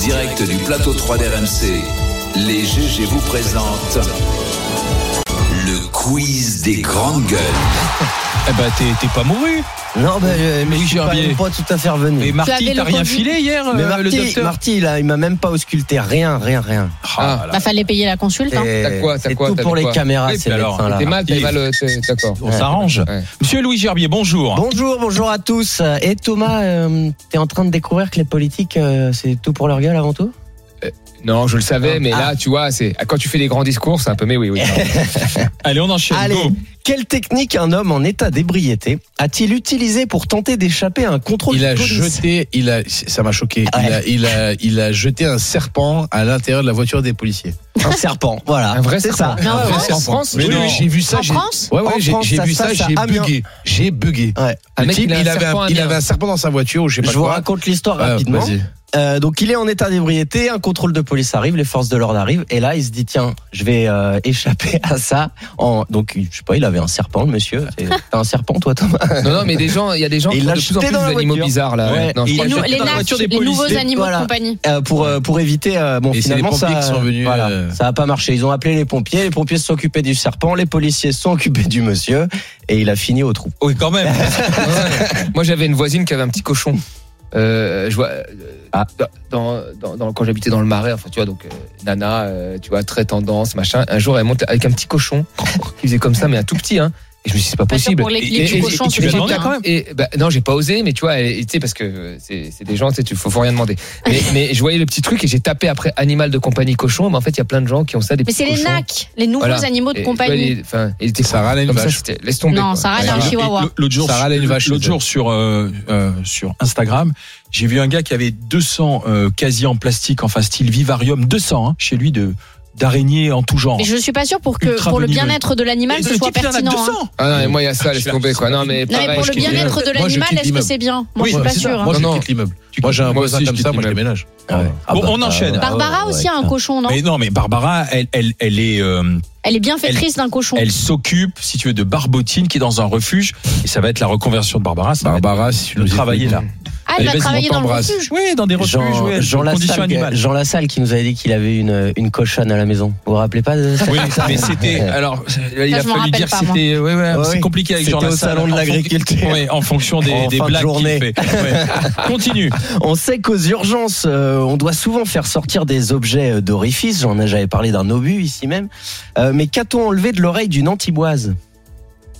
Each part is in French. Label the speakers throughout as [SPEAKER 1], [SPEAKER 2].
[SPEAKER 1] direct du plateau 3 d'RMC, les GG vous présentent le quiz des grandes gueules.
[SPEAKER 2] Eh ben, t'es t'es pas mouru.
[SPEAKER 3] Non, ben, euh, mais je
[SPEAKER 2] Loïc
[SPEAKER 3] suis pas,
[SPEAKER 2] Herbier.
[SPEAKER 3] même pas tout à fait revenu.
[SPEAKER 2] Et Marty,
[SPEAKER 4] avais
[SPEAKER 2] t'as
[SPEAKER 4] le
[SPEAKER 2] rien
[SPEAKER 4] Covid.
[SPEAKER 2] filé hier,
[SPEAKER 3] mais
[SPEAKER 2] euh, le
[SPEAKER 3] Marty,
[SPEAKER 2] docteur
[SPEAKER 3] Marty, là, il m'a même pas ausculté. Rien, rien, rien.
[SPEAKER 2] Ah, là.
[SPEAKER 4] Bah, fallait payer la consulte. hein.
[SPEAKER 3] C'est-
[SPEAKER 5] T'as quoi, t'as
[SPEAKER 3] C'est
[SPEAKER 5] quoi,
[SPEAKER 3] tout
[SPEAKER 5] t'as
[SPEAKER 3] pour
[SPEAKER 5] de
[SPEAKER 3] les
[SPEAKER 5] quoi
[SPEAKER 3] caméras,
[SPEAKER 2] Et
[SPEAKER 3] ces
[SPEAKER 2] puis alors,
[SPEAKER 3] médecins-là.
[SPEAKER 5] T'es mal, t'as
[SPEAKER 2] Marty.
[SPEAKER 5] mal, euh, t'es- d'accord.
[SPEAKER 2] On s'arrange.
[SPEAKER 5] Ouais.
[SPEAKER 2] Monsieur Louis Gerbier, bonjour.
[SPEAKER 3] Bonjour, bonjour à tous. Et Thomas, euh, t'es en train de découvrir que les politiques, euh, c'est tout pour leur gueule avant tout
[SPEAKER 5] Non, je le savais,
[SPEAKER 3] Ah.
[SPEAKER 5] mais
[SPEAKER 3] Ah.
[SPEAKER 5] là, tu vois, c'est quand tu fais des grands discours, c'est un peu. Mais oui, oui.
[SPEAKER 2] Allez, on enchaîne.
[SPEAKER 3] Allez,
[SPEAKER 2] go.
[SPEAKER 3] quelle technique un homme en état d'ébriété a-t-il utilisé pour tenter d'échapper à un contrôle
[SPEAKER 6] Il
[SPEAKER 3] de
[SPEAKER 6] a
[SPEAKER 3] Oh, police
[SPEAKER 6] jeté, il a, ça m'a choqué. Il, a, il, a, il a jeté un serpent à l'intérieur de la voiture des policiers.
[SPEAKER 3] un serpent Voilà,
[SPEAKER 5] Un vrai
[SPEAKER 3] c'est ça.
[SPEAKER 5] serpent.
[SPEAKER 4] Mais en
[SPEAKER 5] Ah,
[SPEAKER 4] France,
[SPEAKER 5] c'est en France.
[SPEAKER 2] Mais
[SPEAKER 6] Oui,
[SPEAKER 2] non.
[SPEAKER 6] oui, j'ai vu ça.
[SPEAKER 4] En
[SPEAKER 6] j'ai-
[SPEAKER 4] France
[SPEAKER 6] Ouais, ouais,
[SPEAKER 3] En
[SPEAKER 6] j'ai
[SPEAKER 3] France,
[SPEAKER 6] j'ai
[SPEAKER 3] ça
[SPEAKER 6] vu
[SPEAKER 3] se
[SPEAKER 6] ça.
[SPEAKER 3] passe à
[SPEAKER 6] J'ai
[SPEAKER 3] Amiens.
[SPEAKER 6] bugué. J'ai bugué.
[SPEAKER 3] Ouais.
[SPEAKER 5] Un
[SPEAKER 6] Le
[SPEAKER 5] mec,
[SPEAKER 6] type,
[SPEAKER 5] il a un
[SPEAKER 6] il avait,
[SPEAKER 5] serpent à
[SPEAKER 6] un, il
[SPEAKER 5] Amiens.
[SPEAKER 6] avait un serpent dans sa voiture ou je sais
[SPEAKER 3] Je
[SPEAKER 6] pas
[SPEAKER 3] vous
[SPEAKER 6] quoi.
[SPEAKER 3] raconte l'histoire
[SPEAKER 6] Ah,
[SPEAKER 3] rapidement.
[SPEAKER 6] vas-y.
[SPEAKER 3] Euh, donc il est en état d'ébriété, un contrôle de police arrive, les forces de l'ordre arrivent, et là il se dit tiens, je vais euh, échapper à ça. En... Donc je sais pas, il avait un serpent, le monsieur. C'est- T'as un serpent toi Thomas
[SPEAKER 5] Non, non, mais des gens, il y a des gens
[SPEAKER 3] Et
[SPEAKER 5] qui
[SPEAKER 3] il
[SPEAKER 5] ont
[SPEAKER 3] l'a
[SPEAKER 5] de plus en
[SPEAKER 3] jeté
[SPEAKER 5] plus
[SPEAKER 3] dans la
[SPEAKER 5] d'animaux
[SPEAKER 3] voiture.
[SPEAKER 5] bizarres là.
[SPEAKER 2] Ouais.
[SPEAKER 5] Non,
[SPEAKER 3] Il
[SPEAKER 5] je
[SPEAKER 4] Les,
[SPEAKER 2] a
[SPEAKER 5] crois que-
[SPEAKER 4] nou-
[SPEAKER 2] jeté
[SPEAKER 4] les
[SPEAKER 2] dans la
[SPEAKER 4] nattes,
[SPEAKER 2] voiture des
[SPEAKER 4] les nouveaux
[SPEAKER 2] policiers.
[SPEAKER 4] animaux
[SPEAKER 3] Voilà.
[SPEAKER 4] de compagnie.
[SPEAKER 3] Euh, pour euh, pour éviter euh, bon
[SPEAKER 6] Et c'est
[SPEAKER 3] finalement
[SPEAKER 6] les pompiers
[SPEAKER 3] ça
[SPEAKER 6] qui sont venus,
[SPEAKER 3] voilà,
[SPEAKER 6] euh.
[SPEAKER 3] ça a pas marché. Ils ont appelé les pompiers, les pompiers se sont occupés du serpent, les policiers se sont occupés du monsieur et il a fini au trou.
[SPEAKER 2] Oui, quand même.
[SPEAKER 5] Ouais. Moi, j'avais une voisine qui avait un petit cochon. Euh, je vois. euh,
[SPEAKER 3] Ah.
[SPEAKER 5] Dans, dans, dans- quand j'habitais dans le marais, enfin, tu vois, donc euh, Nana, euh, tu vois, très tendance, machin. Un jour, elle monte avec un petit cochon. Il faisait comme ça, mais un tout petit, hein. Et je me suis dit, c'est pas
[SPEAKER 4] Parce que
[SPEAKER 5] possible.
[SPEAKER 4] pour les
[SPEAKER 2] Et-
[SPEAKER 4] clips
[SPEAKER 2] et-
[SPEAKER 4] du
[SPEAKER 2] et-
[SPEAKER 4] cochon,
[SPEAKER 2] et tu
[SPEAKER 4] c'est
[SPEAKER 2] lui as
[SPEAKER 4] déjà
[SPEAKER 2] demandé
[SPEAKER 4] bien,
[SPEAKER 2] quand
[SPEAKER 4] hein.
[SPEAKER 2] même
[SPEAKER 5] Et bah, non, j'ai pas osé, mais tu vois, elle- tu sais, parce que euh, c'est c'est des gens, tu sais, tu faut, faut rien demander. Mais, mais je voyais le petit truc et j'ai tapé après animal de compagnie cochon. Mais en fait, il y a plein de gens qui ont ça des
[SPEAKER 4] Mais
[SPEAKER 5] petits
[SPEAKER 4] c'est les
[SPEAKER 5] cochons.
[SPEAKER 4] nacs, les nouveaux
[SPEAKER 5] Voilà.
[SPEAKER 4] animaux de
[SPEAKER 5] Et, tu vois,
[SPEAKER 4] compagnie.
[SPEAKER 5] les- Enfin, il était
[SPEAKER 6] Sarah, elle a une
[SPEAKER 5] comme ça,
[SPEAKER 6] vache.
[SPEAKER 5] c'était- laisse tomber.
[SPEAKER 4] Non,
[SPEAKER 5] quoi.
[SPEAKER 4] Sarah, elle a un
[SPEAKER 6] Sarah.
[SPEAKER 4] chihuahua.
[SPEAKER 2] Et Ah, L'autre jour,
[SPEAKER 6] Sarah, elle a une vache,
[SPEAKER 2] l'autre
[SPEAKER 6] c'est
[SPEAKER 2] jour sur, euh, euh, sur Instagram, j'ai vu un gars qui avait 200 euh, casiers en plastique, enfin style vivarium, 200 hein, chez lui de d'araignées en tout genre.
[SPEAKER 4] Mais je suis pas sûr pour que
[SPEAKER 2] Ultra
[SPEAKER 4] pour le
[SPEAKER 2] venimeux.
[SPEAKER 4] bien-être de l'animal
[SPEAKER 2] Et
[SPEAKER 4] ce
[SPEAKER 2] ce
[SPEAKER 4] soit
[SPEAKER 2] type, il en a
[SPEAKER 4] pertinent. hein.
[SPEAKER 2] 200.
[SPEAKER 5] Ah non, mais moi, il y a ça,
[SPEAKER 2] Je
[SPEAKER 5] laisse
[SPEAKER 2] l'ai-
[SPEAKER 5] tomber, quoi. Non,
[SPEAKER 4] Non
[SPEAKER 5] mais
[SPEAKER 4] mais
[SPEAKER 5] pareil,
[SPEAKER 4] pour
[SPEAKER 6] je
[SPEAKER 4] le
[SPEAKER 6] quitte
[SPEAKER 4] bien-être de
[SPEAKER 6] l'immeuble. Moi, je
[SPEAKER 4] l'animal,
[SPEAKER 6] quitte
[SPEAKER 4] est-ce que
[SPEAKER 6] l'immeuble.
[SPEAKER 4] c'est bien Moi, je
[SPEAKER 6] Oui,
[SPEAKER 4] suis pas
[SPEAKER 6] c'est ça.
[SPEAKER 4] sûre.
[SPEAKER 6] Moi,
[SPEAKER 4] hein.
[SPEAKER 6] je
[SPEAKER 5] Non, non.
[SPEAKER 6] quitte l'immeuble. Moi, j'ai un
[SPEAKER 5] Moi
[SPEAKER 6] voisin
[SPEAKER 5] aussi, je
[SPEAKER 6] comme
[SPEAKER 5] quitte
[SPEAKER 6] ça, moi, je
[SPEAKER 5] l'immeuble.
[SPEAKER 6] déménage.
[SPEAKER 3] Euh, ah
[SPEAKER 2] Bon,
[SPEAKER 3] bah,
[SPEAKER 2] on enchaîne.
[SPEAKER 4] Barbara aussi a un cochon, non
[SPEAKER 2] Mais non, mais Barbara, elle, elle, elle est, euh,
[SPEAKER 4] Elle est bien fêtrice d'un cochon.
[SPEAKER 2] elle s'occupe, si tu veux, de Barbotine qui est dans un refuge, et ça va être la reconversion de Barbara. Ça va être
[SPEAKER 6] Barbara, si tu
[SPEAKER 2] de
[SPEAKER 6] nous
[SPEAKER 2] travailler
[SPEAKER 6] écoutes.
[SPEAKER 2] là.
[SPEAKER 4] Ah,
[SPEAKER 3] Eh
[SPEAKER 2] elle
[SPEAKER 4] elle a
[SPEAKER 2] est
[SPEAKER 4] travaillé dans le
[SPEAKER 6] t'embrasse.
[SPEAKER 4] refuge.
[SPEAKER 2] Oui, dans des refuges,
[SPEAKER 3] ben, Jean,
[SPEAKER 2] ouais,
[SPEAKER 3] Jean
[SPEAKER 2] dans des conditions
[SPEAKER 3] Lassalle,
[SPEAKER 2] animales.
[SPEAKER 3] Jean Lassalle qui nous avait dit qu'il avait une, une cochonne à la maison. Vous vous rappelez pas de ça
[SPEAKER 2] Oui, mais c'était. Alors, là, il
[SPEAKER 4] Ça,
[SPEAKER 2] a
[SPEAKER 4] je m'en
[SPEAKER 2] fallu
[SPEAKER 4] rappelle
[SPEAKER 2] dire que
[SPEAKER 4] pas, moi.
[SPEAKER 2] c'était. ouais, ouais,
[SPEAKER 3] Ouais,
[SPEAKER 2] c'est
[SPEAKER 3] oui.
[SPEAKER 2] compliqué avec
[SPEAKER 3] C'était
[SPEAKER 2] Jean
[SPEAKER 3] au
[SPEAKER 2] Lassalle,
[SPEAKER 3] salon de
[SPEAKER 2] en fonction-
[SPEAKER 3] l'agriculture.
[SPEAKER 2] ouais, en fonction des,
[SPEAKER 3] En
[SPEAKER 2] des
[SPEAKER 3] fin de
[SPEAKER 2] blagues qu'il
[SPEAKER 3] journée.
[SPEAKER 2] fait. Ouais. Continue.
[SPEAKER 3] On sait qu'aux urgences, euh, on doit souvent faire sortir des objets euh, d'orifice. J'en ai, j'avais parlé d'un obus ici même. Euh, mais qu'a-t-on enlevé de l'oreille d'une antiboise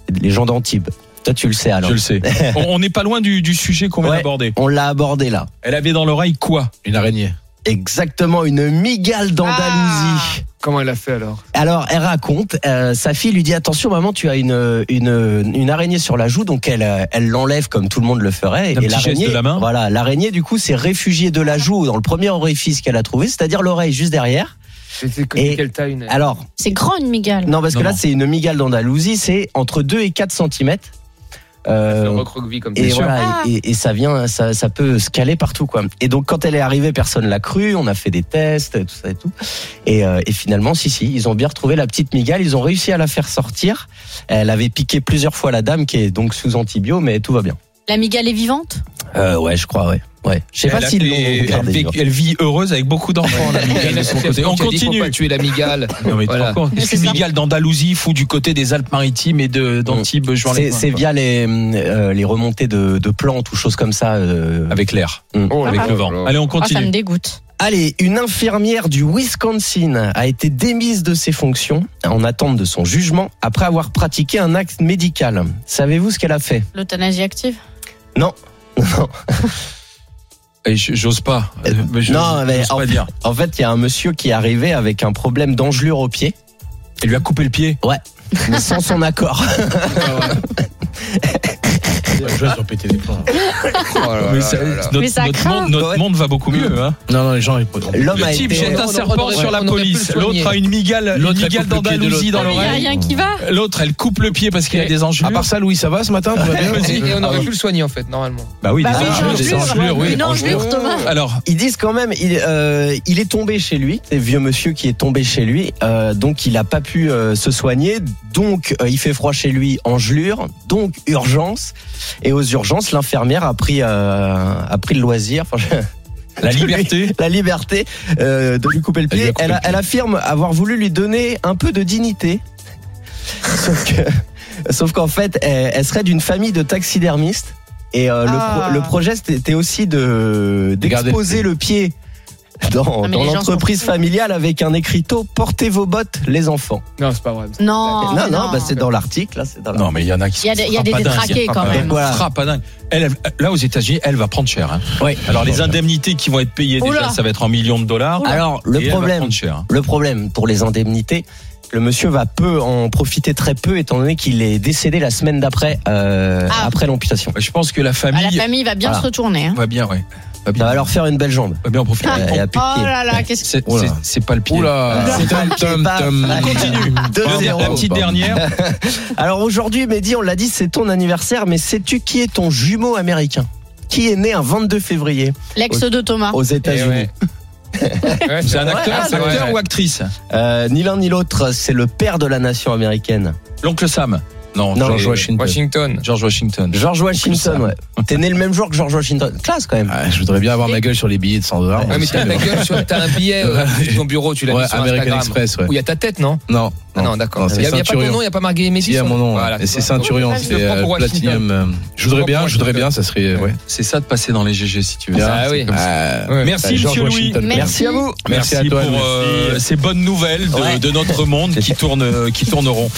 [SPEAKER 3] Les gens d'Antibes. Toi, tu le sais alors.
[SPEAKER 2] Je le sais. On on n'est pas loin du, du sujet qu'on vient
[SPEAKER 3] Ouais.
[SPEAKER 2] d'aborder.
[SPEAKER 3] On l'a abordé là.
[SPEAKER 2] Elle avait dans l'oreille quoi
[SPEAKER 6] Une araignée.
[SPEAKER 3] Exactement, une migale
[SPEAKER 2] Ah.
[SPEAKER 3] d'Andalousie.
[SPEAKER 5] Comment elle a fait alors
[SPEAKER 3] Alors, elle raconte, euh, sa fille lui dit attention maman, tu as une une, une araignée sur la joue, donc elle euh, elle l'enlève comme tout le monde le ferait.
[SPEAKER 2] Un petit geste
[SPEAKER 3] l'araignée-
[SPEAKER 2] de la main.
[SPEAKER 3] Voilà, l'araignée du coup s'est réfugiée de la joue dans le premier orifice qu'elle a trouvé, c'est-à-dire l'oreille juste derrière.
[SPEAKER 5] C'était que-
[SPEAKER 3] Et-
[SPEAKER 5] quelle taille une...
[SPEAKER 3] Alors,
[SPEAKER 4] C'est grand une migale.
[SPEAKER 3] non parce
[SPEAKER 2] Non,
[SPEAKER 3] que là
[SPEAKER 2] non.
[SPEAKER 3] c'est une migale d'Andalousie, c'est entre 2 et 4 cm.
[SPEAKER 5] Le recroqueville comme ça.
[SPEAKER 3] Et
[SPEAKER 2] sûr.
[SPEAKER 3] voilà,
[SPEAKER 4] Ah.
[SPEAKER 3] et, et ça vient, ça, ça peut se caler partout quoi. Et donc quand elle est arrivée, personne l'a cru. On a fait des tests, tout ça et tout. Et, euh, et finalement, si si, ils ont bien retrouvé la petite migale. Ils ont réussi à la faire sortir. Elle avait piqué plusieurs fois la dame qui est donc sous antibio, mais tout va bien.
[SPEAKER 4] La migale est vivante
[SPEAKER 3] Euh, ouais, je crois, ouais, ouais. Je sais pas
[SPEAKER 2] elle, a
[SPEAKER 3] s'ils
[SPEAKER 2] fait-
[SPEAKER 3] l'ont
[SPEAKER 2] elle,
[SPEAKER 3] gardée,
[SPEAKER 2] vit- elle vit heureuse avec beaucoup d'enfants. la
[SPEAKER 5] Il y a
[SPEAKER 2] migale
[SPEAKER 5] une
[SPEAKER 2] de son côté.
[SPEAKER 5] association
[SPEAKER 2] On
[SPEAKER 5] qui a dit, faut
[SPEAKER 2] continue.
[SPEAKER 5] pas tuer la migale.
[SPEAKER 2] Non mais
[SPEAKER 5] Voilà.
[SPEAKER 2] d'accord.
[SPEAKER 4] Mais Ah, c'est ça.
[SPEAKER 2] Migale d'Andalousie, fou du côté des Alpes-Maritimes et de d'Antibes. je m'en
[SPEAKER 3] C'est
[SPEAKER 2] ai-
[SPEAKER 3] c'est via les euh, les remontées de, de plantes ou choses comme ça. euh.
[SPEAKER 2] avec l'air,
[SPEAKER 5] Oh là
[SPEAKER 2] avec
[SPEAKER 5] là
[SPEAKER 2] le
[SPEAKER 5] là
[SPEAKER 2] vent.
[SPEAKER 5] là.
[SPEAKER 2] Allez, on
[SPEAKER 4] Ah, Ça me
[SPEAKER 2] continue.
[SPEAKER 4] dégoûte.
[SPEAKER 3] Allez, une infirmière du Wisconsin a été démise de ses fonctions en attente de son jugement après avoir pratiqué un acte médical. Savez-vous ce qu'elle a fait
[SPEAKER 4] L'euthanasie active
[SPEAKER 2] Et je- J'ose pas.
[SPEAKER 3] Euh,
[SPEAKER 2] Euh, mais je-
[SPEAKER 3] non, mais
[SPEAKER 2] j'ose
[SPEAKER 3] en-
[SPEAKER 2] pas dire.
[SPEAKER 3] En fait, il y a un monsieur qui est arrivé avec un problème d'engelure au pied,
[SPEAKER 2] Elle lui a coupé le pied.
[SPEAKER 3] mais sans son accord.
[SPEAKER 6] Je vais sur péter les plombs.
[SPEAKER 5] Oh là là
[SPEAKER 2] Mais
[SPEAKER 5] là
[SPEAKER 2] ça-
[SPEAKER 5] là là.
[SPEAKER 2] notre-
[SPEAKER 4] Mais ça
[SPEAKER 2] notre
[SPEAKER 4] craint.
[SPEAKER 2] monde- notre
[SPEAKER 3] Ouais.
[SPEAKER 2] monde va beaucoup mieux. hein.
[SPEAKER 6] Non, non, les gens, ils prennent.
[SPEAKER 3] L'homme a
[SPEAKER 2] Le type
[SPEAKER 3] été.
[SPEAKER 2] jette un
[SPEAKER 5] On aurait- on
[SPEAKER 2] serpent
[SPEAKER 5] aurait-
[SPEAKER 2] sur la
[SPEAKER 5] on aurait pu le
[SPEAKER 2] police.
[SPEAKER 5] soigner.
[SPEAKER 2] L'autre a une migale,
[SPEAKER 6] L'autre,
[SPEAKER 2] une migale
[SPEAKER 6] elle coupe le pied de
[SPEAKER 2] d'Andalousie
[SPEAKER 6] l'autre.
[SPEAKER 2] dans
[SPEAKER 4] Ah, mais il y a
[SPEAKER 2] l'oreille.
[SPEAKER 4] rien qui va.
[SPEAKER 2] L'autre, elle coupe le pied parce qu'il y a
[SPEAKER 5] Et-
[SPEAKER 2] des enjeux.
[SPEAKER 6] À part ça, Louis, ça va ce matin Tout va bien
[SPEAKER 5] Et et on aurait pu le soigner en fait, normalement.
[SPEAKER 2] Bah oui,
[SPEAKER 4] Bah
[SPEAKER 2] des
[SPEAKER 3] Ah,
[SPEAKER 4] oui,
[SPEAKER 2] enjeux,
[SPEAKER 4] j'ai
[SPEAKER 2] des
[SPEAKER 4] enjeu.
[SPEAKER 2] enjeux, oui.
[SPEAKER 4] Mais non, je jure, Thomas.
[SPEAKER 2] Alors,
[SPEAKER 3] Ils disent quand même, il, euh, il est tombé chez lui, c'est vieux monsieur qui est tombé chez lui, euh, donc il n'a pas pu euh, se soigner, donc euh, il fait froid chez lui, engelure, donc urgence. Et aux urgences, l'infirmière a pris euh, a pris le loisir. Enfin, je-
[SPEAKER 2] La liberté.
[SPEAKER 3] la liberté euh, de lui couper le
[SPEAKER 2] Elle lui
[SPEAKER 3] pied.
[SPEAKER 2] a coupé
[SPEAKER 3] Elle,
[SPEAKER 2] le
[SPEAKER 3] a-
[SPEAKER 2] pied.
[SPEAKER 3] elle affirme avoir voulu lui donner un peu de dignité. Sauf que- sauf qu'en fait, elle, elle serait d'une famille de taxidermistes. Et euh, le,
[SPEAKER 4] Ah.
[SPEAKER 3] pro- le projet, c'était aussi de
[SPEAKER 6] garder le
[SPEAKER 3] d'exposer le pied dans,
[SPEAKER 4] Ah, mais
[SPEAKER 3] dans
[SPEAKER 4] les gens
[SPEAKER 3] l'entreprise
[SPEAKER 4] sont fous.
[SPEAKER 3] familiale avec un écriteau Portez vos bottes, les enfants.
[SPEAKER 5] Non, c'est pas vrai.
[SPEAKER 4] Non,
[SPEAKER 3] non,
[SPEAKER 4] Oh, mais
[SPEAKER 3] non, bah, c'est dans l'article. là, c'est dans
[SPEAKER 2] Non, mais il y en a qui sont
[SPEAKER 4] Il y a des- il y a des
[SPEAKER 2] frappadingues,
[SPEAKER 4] détraqués, quand
[SPEAKER 2] frappadingues.
[SPEAKER 4] même.
[SPEAKER 3] Voilà.
[SPEAKER 2] Frappadingues. Elle, elle- là, aux États-Unis, elle va prendre cher. hein.
[SPEAKER 3] Ouais.
[SPEAKER 2] Alors, les indemnités qui vont être payées
[SPEAKER 4] Oula.
[SPEAKER 2] déjà, ça va être en millions de dollars.
[SPEAKER 3] Alors,
[SPEAKER 2] Et
[SPEAKER 3] le
[SPEAKER 2] elle va
[SPEAKER 3] problème,
[SPEAKER 2] prendre cher, hein.
[SPEAKER 3] Le problème pour les indemnités, le monsieur va peu en profiter très peu étant donné qu'il est décédé la semaine d'après euh,
[SPEAKER 4] Ah.
[SPEAKER 3] après l'amputation.
[SPEAKER 2] Bah, Je pense que la
[SPEAKER 4] Ah, la
[SPEAKER 2] famille
[SPEAKER 4] famille va bien
[SPEAKER 3] Voilà.
[SPEAKER 4] se retourner. hein.
[SPEAKER 2] va bien, ouais. Va
[SPEAKER 3] Ça
[SPEAKER 2] bien,
[SPEAKER 3] va leur faire une belle jambe.
[SPEAKER 2] va bien en profiter.
[SPEAKER 4] Ah.
[SPEAKER 3] Euh, y a plus de
[SPEAKER 4] Oh
[SPEAKER 3] pied.
[SPEAKER 4] là là, qu'est-ce que.
[SPEAKER 2] C'est-
[SPEAKER 6] Oula.
[SPEAKER 2] c'est- C'est pas le pied. Ah.
[SPEAKER 6] Oula.
[SPEAKER 3] C'est pas
[SPEAKER 6] Tom,
[SPEAKER 3] le pied,
[SPEAKER 6] tom,
[SPEAKER 3] pas-
[SPEAKER 6] tom.
[SPEAKER 3] pas-
[SPEAKER 6] On continue.
[SPEAKER 3] Deux
[SPEAKER 2] La-
[SPEAKER 3] zéro.
[SPEAKER 2] La petite dernière.
[SPEAKER 3] Alors aujourd'hui, Mehdi, on l'a dit, c'est ton anniversaire, mais sais-tu qui est ton jumeau américain qui est né un 22 février
[SPEAKER 4] L'ex de Thomas.
[SPEAKER 3] aux États-Unis
[SPEAKER 2] Eh C'est un acteur,
[SPEAKER 3] Ouais,
[SPEAKER 2] c'est un
[SPEAKER 5] Eh ouais,
[SPEAKER 2] acteur
[SPEAKER 5] ouais.
[SPEAKER 2] ou actrice
[SPEAKER 3] Euh, Ni l'un ni l'autre, c'est le père de la nation américaine.
[SPEAKER 2] L'oncle Sam. Non,
[SPEAKER 3] Non.
[SPEAKER 2] George
[SPEAKER 3] Et-
[SPEAKER 2] Washington.
[SPEAKER 5] Washington.
[SPEAKER 2] George Washington.
[SPEAKER 3] George Washington,
[SPEAKER 2] Sam.
[SPEAKER 3] ouais. T'es né le même jour que George Washington. Classe quand même.
[SPEAKER 6] Ah, je voudrais bien avoir ma gueule sur les billets de 100 dollars.
[SPEAKER 5] Ouais, Ah, mais t'as ta gueule sur t'as un billet euh, sur ton bureau, tu l'as
[SPEAKER 6] Ouais,
[SPEAKER 5] mis sur
[SPEAKER 6] American
[SPEAKER 5] Instagram.
[SPEAKER 6] Express, ouais.
[SPEAKER 5] Où il y a ta tête, non
[SPEAKER 6] Non,
[SPEAKER 5] Ah Non, d'accord. Il
[SPEAKER 6] c'est
[SPEAKER 5] n'y a, y a pas ton
[SPEAKER 6] Centurion.
[SPEAKER 5] nom, il n'y a pas marguerite Messi.
[SPEAKER 6] Il y a mon nom, hein.
[SPEAKER 5] Voilà,
[SPEAKER 6] et c'est
[SPEAKER 5] tu vois. Je
[SPEAKER 6] Centurion,
[SPEAKER 5] le
[SPEAKER 6] c'est
[SPEAKER 5] prends
[SPEAKER 6] euh,
[SPEAKER 5] pour Washington.
[SPEAKER 6] Platinum. euh, Je voudrais
[SPEAKER 5] prends
[SPEAKER 6] bien,
[SPEAKER 5] pour
[SPEAKER 6] je voudrais bien, ça serait, ouais.
[SPEAKER 2] C'est ça de passer dans les GG si tu veux.
[SPEAKER 5] Ah oui.
[SPEAKER 6] Ah,
[SPEAKER 5] Ouais.
[SPEAKER 2] Merci,
[SPEAKER 6] George
[SPEAKER 2] monsieur Louis.
[SPEAKER 6] Washington.
[SPEAKER 4] Merci.
[SPEAKER 3] Merci à vous.
[SPEAKER 2] Merci,
[SPEAKER 6] Merci à toi,
[SPEAKER 2] pour
[SPEAKER 6] Anne.
[SPEAKER 2] euh,
[SPEAKER 6] Merci.
[SPEAKER 2] ces bonnes nouvelles de,
[SPEAKER 3] Ouais.
[SPEAKER 2] de notre monde qui tournent, euh, qui tourneront.